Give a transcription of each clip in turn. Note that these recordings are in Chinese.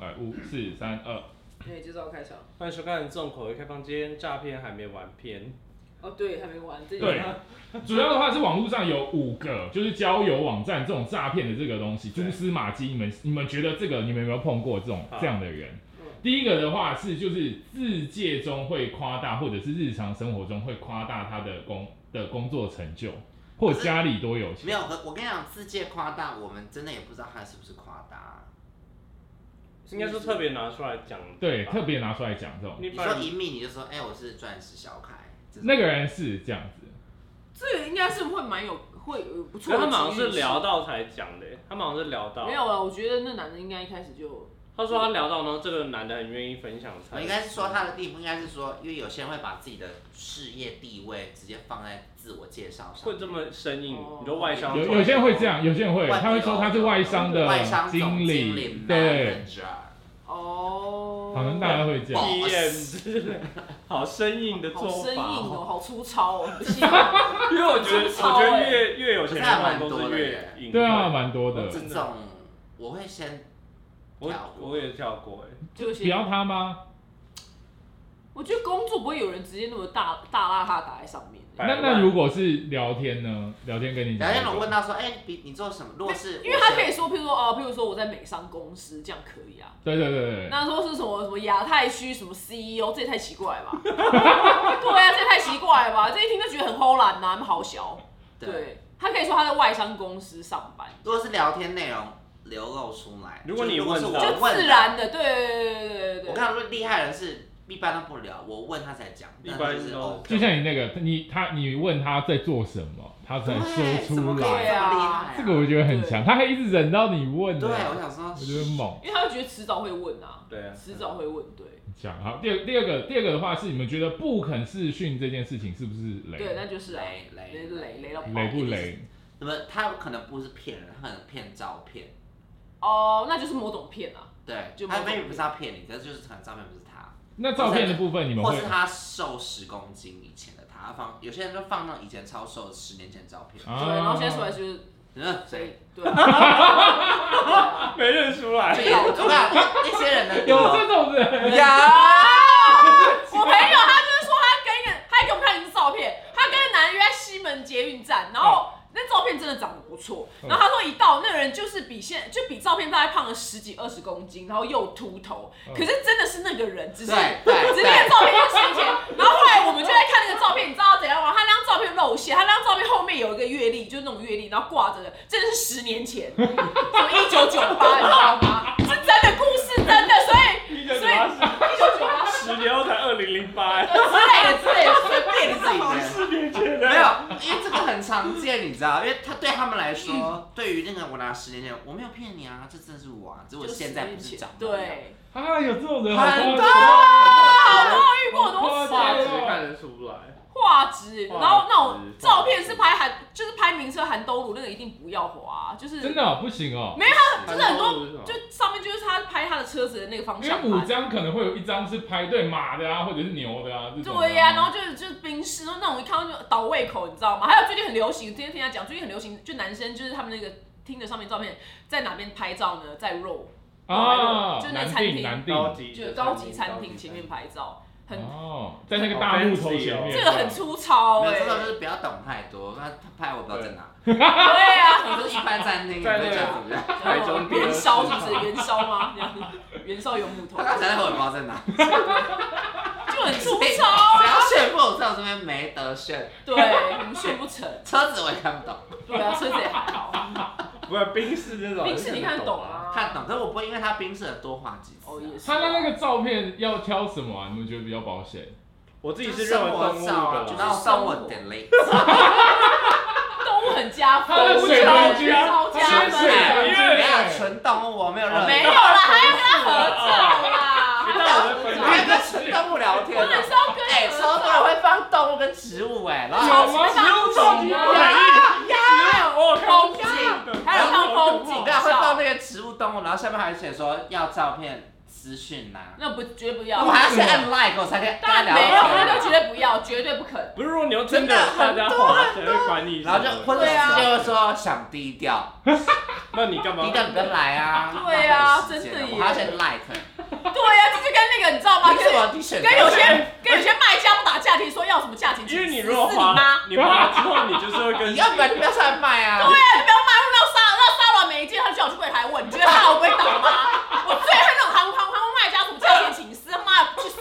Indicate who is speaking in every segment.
Speaker 1: 来五四三二，
Speaker 2: 可以介绍开场。
Speaker 3: 欢迎收看《重口味开放间》，诈骗还没完片。
Speaker 2: 哦，对，还没完，这
Speaker 1: 对主要的话是网络上有五个，就是交友网站这种诈骗的这个东西，蛛
Speaker 3: 对
Speaker 1: 丝马迹。你们你们觉得这个你们有没有碰过这种
Speaker 3: 好
Speaker 1: 这样的人
Speaker 2: 嗯？
Speaker 1: 第一个的话是就是自介中会夸大，或者是日常生活中会夸大他的工的工作成就，或者家里多有
Speaker 4: 没
Speaker 1: 钱。
Speaker 4: 有，可我跟你讲，自界夸大，我们真的也不知道他是不是夸大。
Speaker 3: 应该说特别拿出来讲，
Speaker 1: 对，
Speaker 3: 吧
Speaker 1: 特别拿出来讲这种。
Speaker 3: 你
Speaker 4: 你
Speaker 3: 把
Speaker 4: 说一命，你就说，哎、我是钻石小凯。这种
Speaker 1: 那个人是这样子，
Speaker 2: 这个应该是会蛮有会有不错
Speaker 3: 可是
Speaker 2: 的。
Speaker 3: 他们好像是聊，到才讲的，他们好像是聊到
Speaker 2: 没，有啊了。我觉得那男的应该一开始就
Speaker 3: 他说他聊到，然后这个男的很愿意分享才。
Speaker 4: 我应该是说他的地步，应该是说，因为有些人会把自己的事业地位直接放在自我介绍上。
Speaker 3: 会这么生硬
Speaker 2: 哦，
Speaker 3: 你说外商
Speaker 1: 有
Speaker 3: 总
Speaker 1: 有些人会这样，有些人会，
Speaker 4: 外
Speaker 1: 他会说他是外商的
Speaker 4: 外商总
Speaker 1: 经
Speaker 4: 经
Speaker 1: 理
Speaker 4: 理，
Speaker 1: 对，
Speaker 4: ，manager，
Speaker 2: 哦，
Speaker 1: 好像大家会这 样。
Speaker 3: PM 之类，好生硬的
Speaker 2: 好
Speaker 3: 做
Speaker 2: 生硬
Speaker 3: 法
Speaker 2: 哦
Speaker 3: 哦。，
Speaker 2: 好粗糙 哦，不行啊
Speaker 3: 因为我觉得，我
Speaker 2: 粗糙
Speaker 3: 觉得
Speaker 2: 欸
Speaker 3: 越越有钱的
Speaker 4: 这还
Speaker 3: 人
Speaker 4: 蛮
Speaker 3: 都
Speaker 4: 多
Speaker 3: 是
Speaker 4: 的
Speaker 3: 越
Speaker 4: 耶
Speaker 3: 硬。
Speaker 1: 对啊，，蛮多的
Speaker 3: 我。真
Speaker 4: 这
Speaker 3: 的
Speaker 4: 种我会先
Speaker 3: 我
Speaker 4: 跳过
Speaker 3: 我也跳过哎，
Speaker 2: 就
Speaker 1: 不
Speaker 2: 行。
Speaker 1: 要他吗？
Speaker 2: 我觉得工作不会有人直接那么大大邋遢打在上面。
Speaker 3: 百
Speaker 1: 那
Speaker 3: 万
Speaker 1: 那如果是聊天呢？聊天跟你讲
Speaker 4: 聊
Speaker 1: 这个，
Speaker 4: 天龙问他说，哎、比你做什么？如果是
Speaker 2: 因为他可以
Speaker 4: 以
Speaker 2: 说，譬如说哦，譬如说我在美商公司，这样可以啊。
Speaker 1: 对对对对，
Speaker 2: 那说是什么什么亚太区什么 CEO，这也太奇怪了吧？ 对啊，这也太奇怪了吧？这一听就觉得很偷懒呐，那么好小。
Speaker 4: 对，
Speaker 2: 对，他可以说他在外商公司上班，
Speaker 4: 如果是聊天内容流露出来，
Speaker 3: 如果你
Speaker 4: 就如果是
Speaker 3: 问
Speaker 4: 我
Speaker 3: 到
Speaker 2: 就
Speaker 4: 问
Speaker 2: 自
Speaker 4: 的
Speaker 2: 然的，对对对对对
Speaker 4: 我
Speaker 2: 对。
Speaker 4: 看厉害的人是一般都不聊，我问他才讲，
Speaker 3: 一
Speaker 4: 那
Speaker 3: 般
Speaker 4: 就是
Speaker 3: 都
Speaker 4: 哦，
Speaker 1: 就像你那个，你他你问他在做什么，他才
Speaker 4: 对，
Speaker 1: 说
Speaker 4: 怎么
Speaker 1: 出
Speaker 4: 可以这么厉
Speaker 1: 来。
Speaker 4: 害、啊？
Speaker 1: 这个我觉得很强，他可以一直忍到你问
Speaker 4: 对，
Speaker 1: 的，
Speaker 4: 我想说，
Speaker 1: 我觉得猛
Speaker 2: 因为他会觉得迟早会问啊，
Speaker 3: 对啊，
Speaker 2: 迟早会问，对
Speaker 1: 强。好，第二第二个第二个的话是你们觉得不肯试训这件事情是不是
Speaker 2: 对，
Speaker 1: 雷？
Speaker 2: 那就是啊
Speaker 4: 雷
Speaker 2: 雷
Speaker 4: 雷
Speaker 2: 雷雷到爆
Speaker 1: 雷不雷？
Speaker 4: 那么他可能不是骗人，他可能骗照片，
Speaker 2: 哦，那就是某种骗啊，
Speaker 4: 对，
Speaker 2: 就
Speaker 4: 他
Speaker 2: 某种
Speaker 4: maybe 不是要骗你，可是就是可能照片不是他，
Speaker 1: 那照片的部分你们
Speaker 4: 或
Speaker 1: 会
Speaker 4: 是他瘦十公斤以前的他，他放有些人就放那种以前超瘦的十年前的照片，
Speaker 2: 对，
Speaker 1: 啊
Speaker 2: 然后现在出来就是
Speaker 4: 嗯，所以
Speaker 2: 对对 啊，
Speaker 3: 没认出来
Speaker 4: 就。有我跟你讲那那些人的
Speaker 1: 有这种人，
Speaker 4: 有
Speaker 2: 我朋友他就是说他跟一个，他还给我们看一张照片，他跟一个男的约在西门捷运站，然后那照片真的长得不错，然后他说一到那个人就是比现就比照片大概胖了十几二十公斤，然后又秃头，
Speaker 1: 嗯
Speaker 2: 可是真的是那个人，只是
Speaker 4: 对对
Speaker 2: 只是那个照片就是先前，然后后来我们就在看那个照片，你知道怎样吗？他那张照片露馅，他那张照片后面有一个月历，就是那种月历，然后挂着的，真的是十年前，什么一九九八，你知道吗？是真的故事，真的，所以
Speaker 3: 一九九八
Speaker 2: 一九九八。
Speaker 3: 十年后才二零零八哎。
Speaker 2: 之类的之类的，随
Speaker 4: 骗自己的。
Speaker 3: 四 年前的
Speaker 4: 没有，因为这个很常见，你知道，因为他对他们来
Speaker 2: 嗯
Speaker 4: 说，对于那个我拿十年前，我没有骗你啊，这真的是我啊，只是我
Speaker 2: 就
Speaker 4: 现在不是长那样，
Speaker 2: 对，
Speaker 1: 啊，有这种人，好夸
Speaker 4: 很多
Speaker 1: 张。
Speaker 2: 好不容易遇过多
Speaker 1: 哇
Speaker 2: 次
Speaker 1: 这个看
Speaker 3: 得出来，
Speaker 2: 画质，然后那
Speaker 3: 画
Speaker 2: 种
Speaker 3: 质
Speaker 2: 照片是拍韩，就是拍名车韩都鲁那个一定不要滑，啊就是
Speaker 1: 真的哦不行哦，
Speaker 2: 没有他，
Speaker 3: 就
Speaker 2: 就是很多就上面就是他拍他的车子的那个方
Speaker 1: 因为
Speaker 2: 向
Speaker 1: 五
Speaker 2: 盘。
Speaker 1: 张可能会有一张是排队马的啊，或者是牛的啊，这种的啊
Speaker 2: 对呀、然后就是就是冰室，然后那种一看到就倒胃口，你知道吗？还有最近很流行，今天听他讲，最近很流行，就男生就是他们那个听的上面照片，在哪边拍照呢？在 roll，
Speaker 1: 啊，
Speaker 2: 就是那
Speaker 1: 难
Speaker 2: 餐
Speaker 1: 定
Speaker 2: 厅
Speaker 1: 难定
Speaker 3: 高级
Speaker 2: 就是高级餐厅前面，拍照，很、
Speaker 1: 哦，在那个大木头前面，啊
Speaker 2: 这个很粗糙
Speaker 4: 没
Speaker 2: 哎、
Speaker 4: 有，这种就是不要懂太多，他他拍我不知道在哪，
Speaker 2: 对呀、啊。
Speaker 4: 就是一般在那个
Speaker 3: 在那个
Speaker 4: 会讲怎么样，
Speaker 3: 台中第二
Speaker 2: 元宵是不是？元宵吗？这样子，元宵有木头
Speaker 4: 他，刚才在我不知道在哪，
Speaker 2: 就很粗
Speaker 4: 只
Speaker 2: 糙 啊。
Speaker 4: 要炫富，我知道我这边没得炫，
Speaker 2: 对，我们炫不成。
Speaker 4: 车子我也看不懂，
Speaker 2: 对啊，车子也还好。
Speaker 3: 不是冰室这种，
Speaker 2: 冰室你看得懂？啊
Speaker 3: 啊
Speaker 2: 吗？
Speaker 4: 看懂，但我不会因为他冰室的多画几次啊，
Speaker 2: 哦，也是。
Speaker 1: 他的那个照片要挑什么啊？你们觉得比较保 险？
Speaker 3: 我自己
Speaker 4: 就是是
Speaker 3: 认为
Speaker 4: 生
Speaker 3: 动物
Speaker 4: 活
Speaker 3: 的
Speaker 4: 照啊，
Speaker 2: 就是
Speaker 3: 啦，
Speaker 4: 然后
Speaker 2: 生
Speaker 4: 帮
Speaker 2: 活
Speaker 4: 我 delete，
Speaker 2: 动物很加分，
Speaker 1: 他的水
Speaker 2: 超
Speaker 1: 道居然
Speaker 2: 超加
Speaker 1: 他的水道
Speaker 2: 分。啊
Speaker 1: 居啊
Speaker 4: 没有纯动物，我没有任何，
Speaker 2: 没有啦，还要跟他合照啦，还要
Speaker 3: 我
Speaker 2: 合
Speaker 3: 在分
Speaker 2: 照
Speaker 4: 没有。跟纯动物聊天
Speaker 2: 当
Speaker 4: 啊
Speaker 2: 然。是要跟
Speaker 4: 哎、
Speaker 2: 合
Speaker 4: 超多人
Speaker 2: 照。
Speaker 4: 会放动物跟植物哎、然后
Speaker 1: 有吗？
Speaker 2: 没有
Speaker 1: 有照片
Speaker 2: 有
Speaker 1: 啊
Speaker 3: 呀，我
Speaker 2: 风景
Speaker 3: 看，
Speaker 2: 还有放风
Speaker 4: 你
Speaker 2: 景
Speaker 4: 刚会放
Speaker 2: 照，
Speaker 4: 那个植物动物，然后下面还写说要照片资讯呐，
Speaker 2: 那不绝不要
Speaker 4: 我。还要先按 like 我才可以跟
Speaker 2: 当
Speaker 4: 他
Speaker 2: 然
Speaker 4: 聊
Speaker 2: 没有，
Speaker 4: 天
Speaker 2: 那就绝对不要，绝对不可
Speaker 3: 不是说你要真的大家划，谁会管你？
Speaker 4: 然后就或者
Speaker 2: 对啊
Speaker 4: 直接会说想低调，
Speaker 3: 那你干嘛
Speaker 4: 你？等不要来啊！
Speaker 2: 对啊
Speaker 4: 浪费时间
Speaker 2: 真的耶
Speaker 4: 我还要先 like。
Speaker 2: 对呀、这就跟那个你知道吗？
Speaker 4: 凭
Speaker 2: 跟
Speaker 4: 什么你选择
Speaker 2: 跟有些跟有些卖家不打价钱，说要什么价钱，
Speaker 3: 因为你
Speaker 2: 其实
Speaker 3: 如果
Speaker 2: 是你
Speaker 3: 滑
Speaker 2: 妈。，
Speaker 3: 你滑了之后，你就是会跟
Speaker 4: 你要不然你不要上来卖啊！
Speaker 2: 对呀、你不要卖，不要杀，让杀完每一件，他就叫我去柜台问，你觉得怕我被打吗？我最恨那种韩韩韩国卖家什么价钱请私，他妈的去死！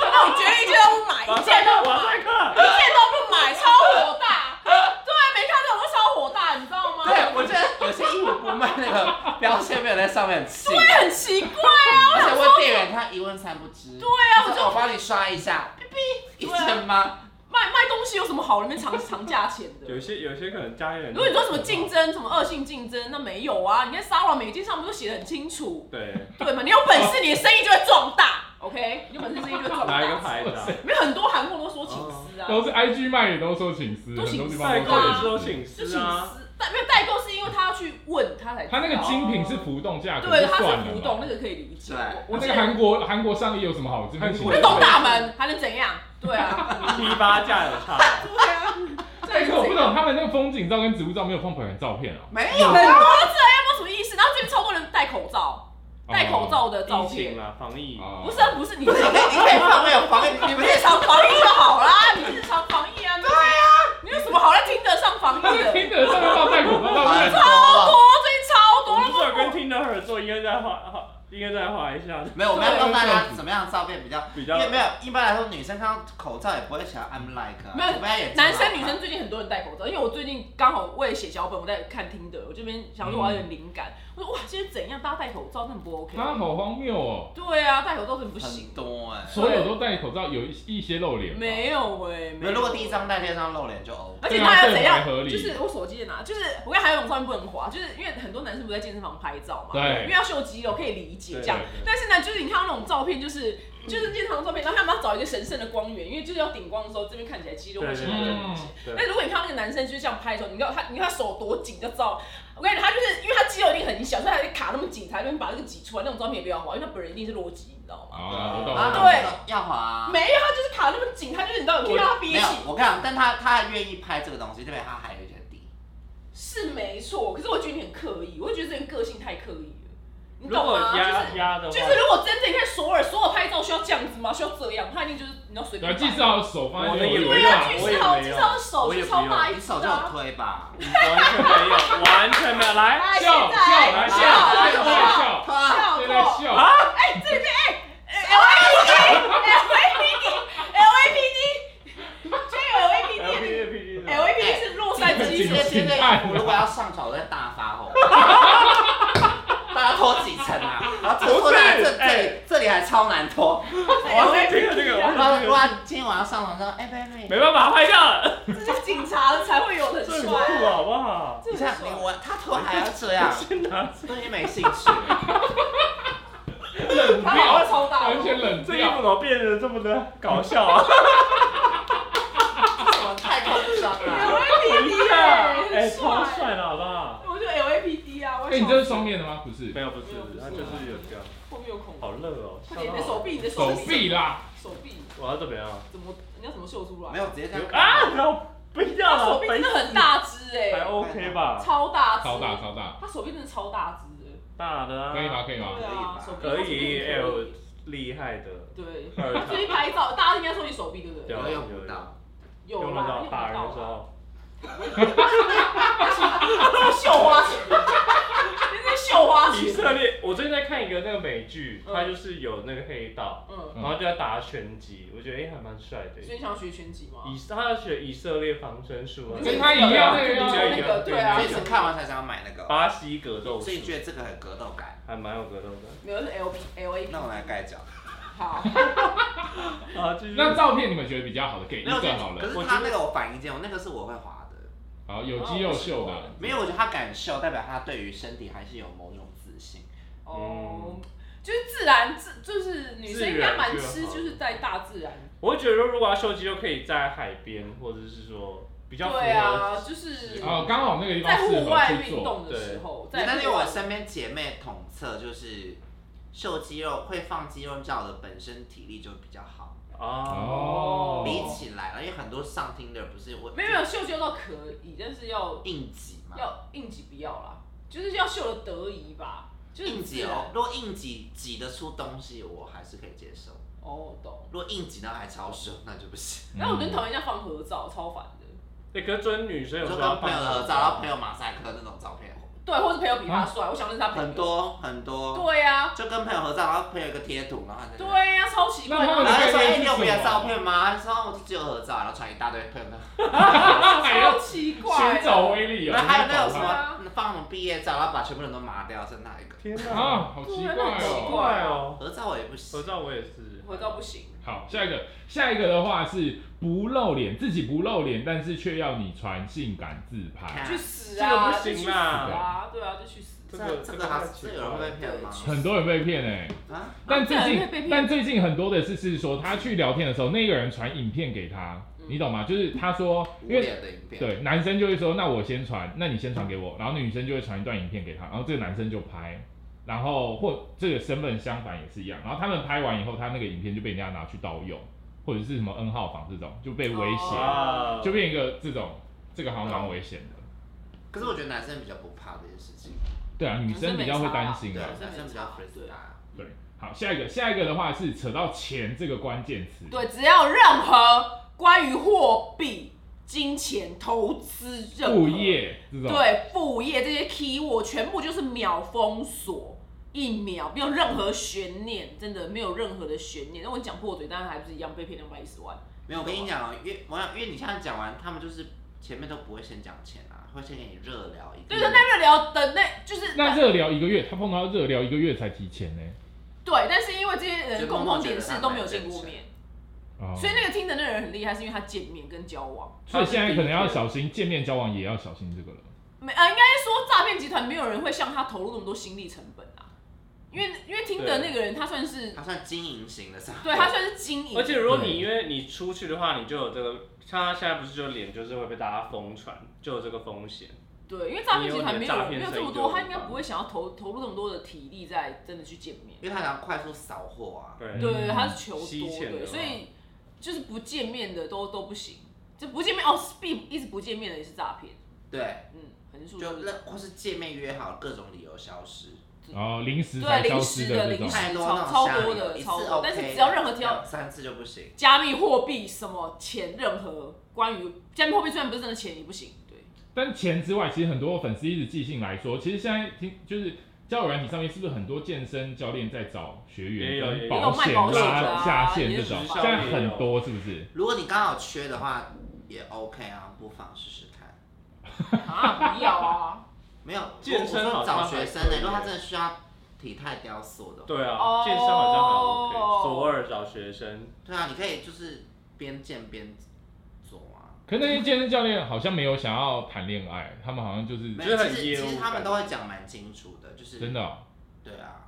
Speaker 2: 那我决定一件都不买，一
Speaker 3: 马
Speaker 2: 件
Speaker 3: 赛
Speaker 2: 都
Speaker 3: 克，
Speaker 2: 不
Speaker 3: 马
Speaker 2: 买，
Speaker 3: 赛克，
Speaker 2: 一件都不买，超火大。对，啊没看到我都超火大，你知道吗？
Speaker 4: 对，我觉得有些衣服不卖那个标签没有在上面很气，
Speaker 2: 很奇怪啊，我
Speaker 4: 而
Speaker 2: 想
Speaker 4: 且
Speaker 2: 说
Speaker 4: 问店员他一问三不知。
Speaker 2: 对啊我
Speaker 4: 我
Speaker 2: 就啊
Speaker 4: 说我帮你刷一下，哔哔，一千吗？
Speaker 2: 卖卖东西有什么好那边藏藏价钱的？
Speaker 3: 有些有些可能家里人。
Speaker 2: 如果你说什么竞，争，什么恶性竞争，那没有啊。你看沙网每一件上面都写的很清楚，
Speaker 3: 对，
Speaker 2: 对吗？你有本事，你的生意就会壮大，OK？你有本事，生意就会壮
Speaker 3: 哪一个
Speaker 2: 大。
Speaker 3: 牌 子啊？
Speaker 2: 没有很多韩国都说请私啊，
Speaker 1: 都是 IG 卖也都说请私，
Speaker 2: 都
Speaker 1: 很
Speaker 2: 请
Speaker 1: 多地
Speaker 2: 私
Speaker 1: 方
Speaker 3: 代
Speaker 1: 都
Speaker 3: 购也
Speaker 1: 说
Speaker 3: 是
Speaker 1: 请
Speaker 3: 都
Speaker 1: 私
Speaker 2: 就
Speaker 3: 请
Speaker 2: 请
Speaker 3: 私啊，
Speaker 2: 私。但没有代购是因为他要去问他才知道，
Speaker 1: 他那个精品是浮动价格，
Speaker 2: 对，
Speaker 1: 就
Speaker 2: 他
Speaker 1: 算
Speaker 2: 是
Speaker 1: 了
Speaker 2: 浮
Speaker 1: 嘛
Speaker 2: 动，那个可以理解。
Speaker 4: 对
Speaker 1: 我
Speaker 2: 我
Speaker 1: 那
Speaker 2: 记
Speaker 1: 个
Speaker 2: 得
Speaker 1: 韩国韩国上衣有什么好？这边
Speaker 3: 韩
Speaker 1: 请
Speaker 3: 国
Speaker 2: 那东大门还能怎样？对啊，
Speaker 3: 批发价有差。
Speaker 2: 对啊，这
Speaker 1: 哎，可我不
Speaker 2: 这
Speaker 1: 懂他们那个风景照跟植物照没有放本人照片哦。
Speaker 4: 没有
Speaker 2: 很多这
Speaker 4: 啊，
Speaker 2: 样没有什么意思。然后这边超多人戴口罩，戴口罩的照
Speaker 3: 疫
Speaker 2: 片
Speaker 3: 情。啊，防疫，
Speaker 1: 哦
Speaker 2: 不是啊不是，你
Speaker 4: 不是你可以你可以放没有防疫，你
Speaker 2: 你
Speaker 4: 们
Speaker 2: 们日常防疫就好啦，你日常防疫啊。对呀，你有什么好在听得上防疫 的？
Speaker 1: 听得上面放戴口罩照
Speaker 4: 很
Speaker 1: 片，
Speaker 2: 超
Speaker 4: 多。
Speaker 2: 多，最近超
Speaker 3: 我
Speaker 2: 多
Speaker 3: 们不是有跟
Speaker 2: 了。
Speaker 3: 听的合作，应该再画，应该再画一下，
Speaker 4: 没有，我们要告诉大家怎么样的照片比较，
Speaker 3: 比
Speaker 4: 因
Speaker 3: 较
Speaker 4: 为没有一般来说女生看到口罩也不会想要 I'm like，啊
Speaker 2: 没有
Speaker 4: 除非她眼睛
Speaker 2: 男
Speaker 4: 好
Speaker 2: 生女生最近很多人戴口罩，因为我最近刚好为了写脚本，我在看听的，我这边想说我要有点灵感，我说哇，现在怎样大家戴口罩，真的不 OK。
Speaker 1: 他啊好荒谬哦！
Speaker 2: 对啊，戴口罩真的不
Speaker 4: 很
Speaker 2: 行。
Speaker 4: 多哎。
Speaker 1: 所有都戴口罩，有一一些露脸吧，
Speaker 2: 没有哎，
Speaker 4: 没有，如果第一，张在贴上露脸就 OK。
Speaker 2: 而且他要
Speaker 1: 对啊这
Speaker 2: 怎
Speaker 1: 个还
Speaker 2: 样
Speaker 1: 合？理
Speaker 2: 就是我手机也拿，就是我跟还有种照片不能滑，就是因为很多男生不在健身房拍照嘛，
Speaker 1: 对
Speaker 2: 因为要秀肌肉，可以理解
Speaker 3: 对
Speaker 2: 这样
Speaker 3: 对对。
Speaker 2: 但是呢，就是你看到那种照片，就是就是健身房照片，然后他们要找一个神圣的光源，因为就是要顶光的时候，这边看起来肌肉会显得比较
Speaker 1: 嗯
Speaker 2: 明显。
Speaker 3: 对
Speaker 2: 但如果你看到那个男生就是这样拍的时候，你知道他，你看他手多紧就知道。我跟你讲，他就是因为他肌肉一定很小，所以他得卡那么紧，才能把这个挤出来。那种照片也不要滑，因为他本人一定是裸肌，你知道吗？
Speaker 1: 啊，我懂
Speaker 4: 啊
Speaker 1: 了。
Speaker 2: 对，
Speaker 4: 要滑啊。
Speaker 2: 没有，他就是卡那么紧，他就是你知道，你可以让他
Speaker 4: 没
Speaker 2: 憋
Speaker 4: 有
Speaker 2: 气。，
Speaker 4: 我跟你讲，但他他还愿意拍这个东西，代表他还有一些底。
Speaker 2: 是没错，可是我觉得你很刻意，我就觉得这人个性太刻意了，你
Speaker 3: 如
Speaker 2: 懂
Speaker 3: 果
Speaker 2: 吗？
Speaker 3: 压
Speaker 2: 就是
Speaker 3: 压的话，
Speaker 2: 就是，如果真的你看索尔，索尔拍照需要这样子吗？需要这样？他一定就是你要随
Speaker 1: 对啊，
Speaker 2: 便
Speaker 1: 技
Speaker 2: 拍。
Speaker 1: 少手放在那
Speaker 3: 我也
Speaker 1: 边，
Speaker 3: 有
Speaker 1: 我以
Speaker 2: 对
Speaker 1: 为
Speaker 2: 啊，
Speaker 1: 啊
Speaker 2: 巨
Speaker 3: 我也
Speaker 2: 石好，
Speaker 3: 没
Speaker 2: 巨
Speaker 3: 有
Speaker 2: 石好手
Speaker 3: 我也
Speaker 2: 是超
Speaker 3: 不
Speaker 2: 大
Speaker 3: 用
Speaker 2: 一只
Speaker 4: 你手就
Speaker 2: 的
Speaker 4: 有
Speaker 2: 啊。
Speaker 4: 推吧？
Speaker 3: 完全没有，完全没有，来，
Speaker 2: 哎
Speaker 1: 笑
Speaker 2: 现
Speaker 1: 笑
Speaker 2: 在
Speaker 1: 来笑，
Speaker 2: 笑
Speaker 1: 现在
Speaker 2: 笑
Speaker 1: 笑，
Speaker 4: 啊，
Speaker 1: 现在
Speaker 2: 笑
Speaker 1: 笑
Speaker 3: 啊
Speaker 2: 哎，这边哎哎，LAPD，LAPD，LAPD，居然有 LAPD。
Speaker 3: 哎 L P P P，
Speaker 2: LAPD 是 洛杉
Speaker 4: 其
Speaker 2: 矶
Speaker 1: 这
Speaker 4: 实
Speaker 1: 个，
Speaker 2: 的
Speaker 4: 这个衣服如果要上床，我在大发吼，大家脱几层啊？然后脱脱在这这里这里还超难脱。
Speaker 3: 我是这个这个，
Speaker 4: 然
Speaker 3: 哎
Speaker 4: 后如
Speaker 3: 我
Speaker 4: 果今天晚上上床说，哎
Speaker 3: 是
Speaker 4: baby，
Speaker 3: 没办法拍掉了，
Speaker 2: 这就是警察才会有的
Speaker 3: 这很
Speaker 2: 帅
Speaker 3: 酷
Speaker 2: 啊，
Speaker 3: 好不好？
Speaker 2: 这
Speaker 4: 你
Speaker 2: 很帅
Speaker 4: 看你我他脱还要这样，
Speaker 3: 先拿
Speaker 4: 对你没兴趣。
Speaker 1: 冷
Speaker 2: 他脑
Speaker 1: 掉，
Speaker 2: 袋超大的，
Speaker 1: 完全冷
Speaker 3: 这衣
Speaker 1: 掉。
Speaker 3: 服怎么变得这么的搞笑啊？
Speaker 4: 什么太夸张了？
Speaker 3: 等一
Speaker 2: LAPD
Speaker 3: 下，
Speaker 2: 欸
Speaker 3: 哎，
Speaker 2: 很
Speaker 3: 超
Speaker 2: 帅。
Speaker 3: 帅的好不好？
Speaker 2: 我就 LAPD 啊，我
Speaker 1: 哎，你这是双面的吗？不是
Speaker 3: 没，有，不是，他就是有这样，
Speaker 2: 后面有孔，
Speaker 3: 好热哦，
Speaker 2: 快点，你的
Speaker 3: 笑到
Speaker 2: 手臂，你的
Speaker 1: 手
Speaker 2: 臂，
Speaker 1: 臂啦，
Speaker 2: 手臂
Speaker 3: 我要怎啊么样？
Speaker 2: 怎么，你要怎么秀出来？
Speaker 4: 没有直接这样
Speaker 3: 啊，我不要
Speaker 2: 他
Speaker 3: 了，
Speaker 2: 手臂真的很大只
Speaker 3: 还
Speaker 2: 哎，
Speaker 3: OK 吧？
Speaker 2: 超大只，
Speaker 1: 超大，超大，
Speaker 2: 他手臂真的超大只的，
Speaker 3: 大的啊，
Speaker 1: 可以吗？？可以吗？
Speaker 2: 对啊，手臂
Speaker 3: 可以，哎，
Speaker 2: 他手
Speaker 3: 我
Speaker 2: 臂
Speaker 3: 厉害的，
Speaker 2: 很对。
Speaker 3: 二
Speaker 2: 他 最近拍照，大家应该说你手臂对不对？
Speaker 4: 有用不到，
Speaker 2: 有
Speaker 3: 用得
Speaker 2: 啦
Speaker 3: 到，
Speaker 2: 用
Speaker 3: 大人的
Speaker 2: 得
Speaker 3: 时
Speaker 2: 到啊，
Speaker 3: 候，
Speaker 2: 绣花裙，你这绣花
Speaker 3: 以
Speaker 2: 裙，
Speaker 3: 色列，我最近在看一个那个美剧，
Speaker 2: 嗯
Speaker 3: 它就是有那个黑道，
Speaker 2: 嗯，
Speaker 1: 嗯
Speaker 3: 然后就在打拳击，我觉得哎还蛮帅的。
Speaker 2: 所以你想学拳击吗？
Speaker 3: 以他要学以色列防身术啊，
Speaker 1: 跟他一样那
Speaker 3: 跟
Speaker 1: 个
Speaker 3: 你
Speaker 1: 啊
Speaker 3: 家一
Speaker 2: 那个
Speaker 3: 样，
Speaker 2: 对啊
Speaker 4: 所以是看完才想要买那个，
Speaker 3: 巴西格斗术
Speaker 4: 所以觉得这个很格斗感。
Speaker 3: 还蛮有格斗 的。
Speaker 2: 没有是 L P L A P，
Speaker 4: 那我来盖脚。
Speaker 2: 好，
Speaker 3: 啊，就是
Speaker 1: 那照片你们觉得比较好的，给一
Speaker 4: 没有
Speaker 1: 个好
Speaker 4: 可
Speaker 1: 了。
Speaker 4: 是他那个我反应见，我那个是我会滑的。
Speaker 1: 好，有肌肉秀
Speaker 3: 哦
Speaker 1: 的，
Speaker 4: 没有，我觉得他敢秀，代表他对于身体还是有某种自信。
Speaker 2: 哦，就是自然，自就是女生应该蛮
Speaker 3: 嗯
Speaker 2: 吃，
Speaker 3: 自然就好
Speaker 2: 就是在大自然。
Speaker 3: 我会觉得如果要秀肌肉，可以在海边，或者是说比较符合
Speaker 2: 对啊，就是
Speaker 1: 哦，刚好那个地方
Speaker 2: 在
Speaker 1: 适
Speaker 2: 户外
Speaker 1: 合去
Speaker 2: 运
Speaker 1: 做。
Speaker 2: 动的时候，在
Speaker 4: 那天
Speaker 2: 户外
Speaker 4: 我身边姐妹统测，就是秀肌肉会放肌肉照的本身体力就比较好，
Speaker 3: 啊，
Speaker 1: 哦，
Speaker 4: 比起来了，因为很多上听的不是我
Speaker 2: 没有没有秀秀倒可以，但是要
Speaker 4: 应急嘛，
Speaker 2: 要应急不要啦。就是要秀的得宜吧，就是
Speaker 4: 硬挤
Speaker 2: 哦
Speaker 4: 哦，。如果硬挤挤得出东西，我还是可以接受。
Speaker 2: 哦，懂。
Speaker 4: 如果硬挤到还超凶，那就不行。
Speaker 3: 嗯
Speaker 2: 然后
Speaker 1: 嗯
Speaker 2: 我就讨厌人家放合照，超烦的。
Speaker 3: 对，可是追女生有
Speaker 4: 就
Speaker 3: 时候要
Speaker 4: 跟朋友
Speaker 3: 放
Speaker 4: 的合照，然后朋友马赛克那种照片，
Speaker 2: 对，或是朋友比他帅，我想认识他朋友
Speaker 4: 嗯很。多很多。
Speaker 2: 对呀，
Speaker 4: 就跟朋友合照，然后朋友有个贴图，然后在那边
Speaker 2: 对呀，超奇怪。
Speaker 1: 那他们
Speaker 2: 然
Speaker 4: 然
Speaker 2: 后
Speaker 4: 后就说：“
Speaker 1: 概
Speaker 4: 哎、
Speaker 1: 念是
Speaker 4: 你有别
Speaker 1: 什么
Speaker 4: 的照片吗？”他说：“哦我就只有合照，然后传一大堆朋友的。
Speaker 1: 还要
Speaker 2: 超奇怪。
Speaker 1: 寻找威力哦，
Speaker 4: 然后还有那
Speaker 1: 个
Speaker 4: 种什么放什么毕业照，然后把全部人都麻掉，剩那一个。
Speaker 3: 天哪，
Speaker 1: 啊，好
Speaker 2: 对
Speaker 1: 奇怪
Speaker 2: 那很
Speaker 1: 哦
Speaker 2: 奇。
Speaker 3: 怪哦！
Speaker 4: 合照我也不行
Speaker 3: 合，照我也是，
Speaker 2: 合照不行。
Speaker 1: 好，下一个，下一个的话是不露脸，自己不露脸，但是却要你传性感自拍，
Speaker 2: 去死啊！
Speaker 3: 这个不行
Speaker 2: 就
Speaker 3: 啦
Speaker 2: 去死啊！对啊，就去死。
Speaker 3: 这
Speaker 4: 这
Speaker 3: 个
Speaker 4: 个这个还
Speaker 3: 这
Speaker 4: 这
Speaker 3: 个
Speaker 4: 个有人会被骗吗？
Speaker 1: 很多人被骗哎、
Speaker 4: 啊，
Speaker 1: 但最
Speaker 2: 这
Speaker 1: 近
Speaker 2: 个被骗
Speaker 1: 但最近很多的是是说他去聊天的时候，那个人传影片给他，你懂吗？就是他说，
Speaker 4: 无
Speaker 1: 因为
Speaker 4: 脸的影片，
Speaker 1: 对男生就会说，那我先传，那你先传给我，然后女生就会传一段影片给他，然后这个男生就拍。然后或这个身份相反也是一样，然后他们拍完以后，他那个影片就被人家拿去盗用，或者是什么 N 号房这种就被威胁，
Speaker 2: 哦
Speaker 3: 啊，
Speaker 1: 就变一个这种，这个好像蛮危险的。
Speaker 4: 可是我觉得男生比较不怕这件事情，
Speaker 1: 对啊，女生比较会担心
Speaker 4: 对
Speaker 1: 啊
Speaker 2: 男。嗯生没差
Speaker 4: 男生比较
Speaker 2: 对
Speaker 4: free 啊。
Speaker 1: 对，好，下一个，下一个的话是扯到钱这个关键词。
Speaker 2: 对，只要有任何关于货币、金钱、投资、任何
Speaker 1: 副，业这种。
Speaker 2: 对副业这些 key word 全部就是秒封锁，一秒没有任何悬念，真的没有任何的悬念。那我讲破嘴，但还不是一样被骗两百一十万？
Speaker 4: 没有，我跟你讲哦，因为我想，因为你现在讲完，他们就是前面都不会先讲钱啊，会先给你热聊一个。
Speaker 2: 对，就那热聊的那就是
Speaker 1: 那热聊一个月，他碰到热聊一个月才提钱呢、
Speaker 2: 对，但是因为这些人
Speaker 4: 就
Speaker 2: 共同
Speaker 4: 默默觉
Speaker 2: 点
Speaker 4: 得
Speaker 2: 是
Speaker 4: 他
Speaker 2: 都没
Speaker 4: 蛮
Speaker 2: 有
Speaker 4: 有
Speaker 2: 见过
Speaker 4: 钱
Speaker 2: 面，
Speaker 1: 哦，
Speaker 2: 所以那个听的那个人很厉害，是因为他见面跟交往。
Speaker 1: 所以现在可能要小心见面交往，也要小心这个了。
Speaker 2: 没呃，应该说诈骗集团没有人会向他投入那么多心力成本啊，因为因为听的那个人他算是
Speaker 4: 他算经营型的上，
Speaker 2: 对他算是经营，
Speaker 3: 而且如果你
Speaker 1: 对
Speaker 3: 因为你出去的话，你就有这个，像他现在不是就脸就是会被大家疯传，就有这个风险。
Speaker 2: 对，因为诈骗集团没有
Speaker 3: 你有你的诈骗
Speaker 2: 没有这
Speaker 3: 生意
Speaker 2: 么
Speaker 3: 就
Speaker 2: 多，
Speaker 3: 有
Speaker 2: 他应该
Speaker 3: 办法
Speaker 2: 不会想要投投入这么多的体力在真的去见面，
Speaker 4: 因为他想快速扫货啊。
Speaker 3: 对，
Speaker 2: 对对，对他是求
Speaker 3: 嗯吸
Speaker 2: 多，
Speaker 3: 钱的
Speaker 2: 对，
Speaker 3: 话
Speaker 2: 所以就是不见面的都都不行，就不见面哦，必一直不见面的也是诈骗，
Speaker 4: 对，
Speaker 2: 嗯，横竖
Speaker 4: 就
Speaker 2: 就是
Speaker 4: 那或是见面约好，各种理由消失。
Speaker 1: 然后哦临时才
Speaker 2: 对
Speaker 1: 消
Speaker 2: 临
Speaker 1: 失
Speaker 2: 时的
Speaker 1: 这种
Speaker 2: 临，时
Speaker 4: 太多那种
Speaker 2: 超
Speaker 4: 瞎
Speaker 2: 多
Speaker 4: 聊
Speaker 2: 的
Speaker 4: 一次
Speaker 2: 超多
Speaker 4: OK，
Speaker 2: 但是只要任何挑
Speaker 4: 两三次就不行。
Speaker 2: 加密货币什么钱，任何关于加密货币虽然不是真的钱也不行， 对。
Speaker 1: 但钱之外，其实很多粉丝一直寄信来说，其实现在听就是交友软体上面是不是很多健身教练在找学
Speaker 3: 也有
Speaker 1: 员
Speaker 3: 也
Speaker 1: 跟
Speaker 3: 有
Speaker 1: 保险
Speaker 2: 也有卖保险的
Speaker 1: 拉
Speaker 2: 啊
Speaker 1: 下线
Speaker 2: 也
Speaker 1: 这
Speaker 2: 有
Speaker 1: 种，
Speaker 2: 时
Speaker 1: 现
Speaker 2: 尚
Speaker 1: 在
Speaker 3: 也有
Speaker 1: 很多是不是？
Speaker 4: 如果你刚好缺的话，也 OK 啊，不妨试试看。
Speaker 2: 啊，不要啊！
Speaker 4: 没有，
Speaker 3: 健身
Speaker 4: 我
Speaker 3: 好
Speaker 4: 说
Speaker 3: 像
Speaker 4: 找
Speaker 3: 还
Speaker 4: 学生
Speaker 3: 可
Speaker 4: 呢、
Speaker 3: 以
Speaker 4: 如果他真的需要体态雕塑的话，
Speaker 3: 对啊
Speaker 2: 哦，
Speaker 3: 健身好像还 OK，首尔找学生，
Speaker 4: 对啊，你可以就是边健边做啊。
Speaker 1: 可那些健身教练好像没有想要谈恋爱，他们好像就是
Speaker 4: 没
Speaker 3: 就
Speaker 4: 有，
Speaker 3: 是很
Speaker 4: 其实
Speaker 3: 业务
Speaker 4: 其实
Speaker 3: 感
Speaker 4: 他们都会讲蛮清楚的，就是
Speaker 1: 真的哦、
Speaker 4: 对啊，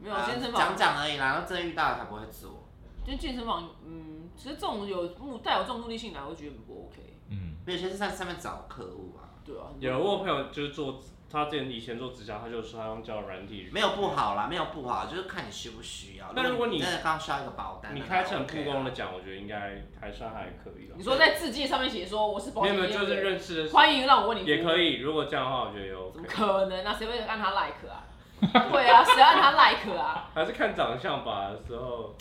Speaker 2: 没有
Speaker 4: 啊
Speaker 2: 健身
Speaker 4: 讲
Speaker 2: 房，
Speaker 4: 讲而已啦，然后真的遇到了才不会做。
Speaker 2: 因为健身房，嗯，其实这种有目带有这种目的性来，我会觉得很不 OK。
Speaker 1: 嗯，
Speaker 4: 没有些是在上面找客户啊，
Speaker 2: 对啊，很多
Speaker 3: 有我有朋友就是做，他之前以前做直销，他就说他用交友软体，
Speaker 4: 没有不好啦，没有不好，就是看你需不需要。
Speaker 3: 那如果你
Speaker 4: 你真的刚需要一个保单，
Speaker 3: 你
Speaker 4: 那
Speaker 3: 开
Speaker 4: 还
Speaker 3: 诚
Speaker 4: OK
Speaker 3: 布
Speaker 4: 啊
Speaker 3: 公的讲，我觉得应该还算还可以了
Speaker 2: 你。说在字界上面写说我是保
Speaker 3: 没有
Speaker 2: 险
Speaker 3: 没
Speaker 2: 业
Speaker 3: 有，
Speaker 2: 务
Speaker 3: 就是
Speaker 2: 员，
Speaker 3: 认识的
Speaker 2: 欢迎让我问你
Speaker 3: 也可
Speaker 2: 以，
Speaker 3: 以，如果这样的话，我觉得也
Speaker 2: 怎么
Speaker 3: OK，
Speaker 2: 可能啊？谁会按他 like 啊？对啊，谁按他 like 啊？
Speaker 3: 还是看长相吧，有时候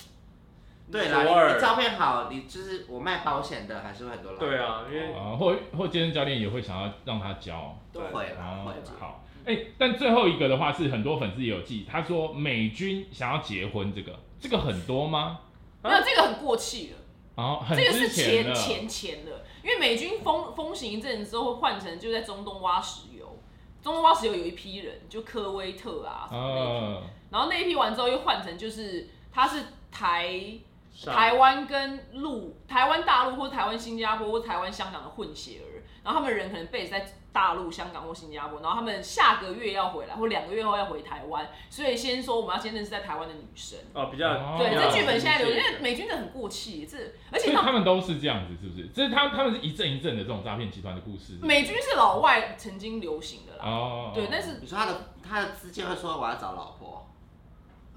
Speaker 4: 对啦，
Speaker 3: 首尔
Speaker 4: 你你照片好，你就是我卖保险的，还是会很多老
Speaker 3: 对啊，因为
Speaker 4: 哦
Speaker 1: 啊、或或健身教练也会想要让他教，
Speaker 4: 都
Speaker 2: 对，
Speaker 4: 会啦，
Speaker 1: 然后
Speaker 4: 会啦。
Speaker 1: 好，哎、但最后一个的话是很多粉丝也有记，他说美军想要结婚，这个这个很多吗？
Speaker 2: 没有这个很过气了。
Speaker 1: 然后很
Speaker 2: 这个是
Speaker 1: 之前
Speaker 2: 前
Speaker 1: 的，
Speaker 2: 前前的，因为美军风风行一阵子之后，会换成就在中东挖石油。中东挖石油有一批人，就科威特啊什么那
Speaker 3: 哦
Speaker 2: 一批，
Speaker 1: 呃，
Speaker 2: 然后那一批完之后又换成就是他是台
Speaker 3: 上
Speaker 2: 台湾跟陆台湾大陆或台湾新加坡或台湾香港的混血儿，然后他们人可能 base 在大陆、香港或新加坡，然后他们下个月要回来或两个月后要回台湾，所以先说我们要先认识在台湾的女生。
Speaker 3: 哦比较
Speaker 1: 哦
Speaker 2: 对，
Speaker 3: 比较
Speaker 2: 这剧本现在流，因为
Speaker 3: 理解
Speaker 2: 美军真的很过气，这而
Speaker 1: 所
Speaker 2: 且
Speaker 1: 以
Speaker 2: 他
Speaker 1: 他们都是这样子，是不是？这是他他们是一阵一阵的这种诈骗集团的故事，
Speaker 2: 美军是老外曾经流行的啦，
Speaker 1: 哦，
Speaker 2: 对，但是
Speaker 4: 你说他的他的资金会说我要找老婆，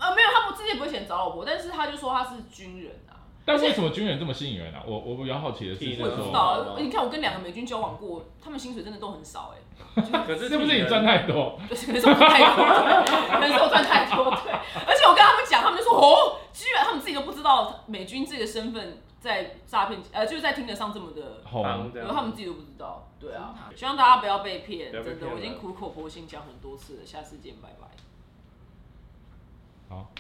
Speaker 2: 呃没有，他不自己不会选找老婆，但是他就说他是军人啊，
Speaker 1: 但为什么军人这么吸引人啊？我我比较好奇的是，
Speaker 3: 体
Speaker 1: 为
Speaker 3: 能
Speaker 2: 我也不知
Speaker 1: 什
Speaker 3: 好
Speaker 1: 么？
Speaker 2: 道，你看我跟两个美军交往过，他们薪水真的都很少哎、
Speaker 3: 可是
Speaker 1: 是不是你赚太多？
Speaker 2: 对，可能是我赚太多，对，可能是我赚太多，对。而且我跟他们讲，他们就说哦，居然他们自己都不知道美军这个身份在诈骗，呃，就是在听得上这么的，
Speaker 1: 红？
Speaker 3: 对啊
Speaker 2: 然后他们自己都不知道，对啊
Speaker 4: 真。的
Speaker 2: 希望大家不要被骗，
Speaker 3: 不要被
Speaker 2: 真的，
Speaker 3: 骗
Speaker 2: 我已经
Speaker 3: 了
Speaker 2: 苦口婆心讲很多次了，下次见，拜拜。
Speaker 1: 好，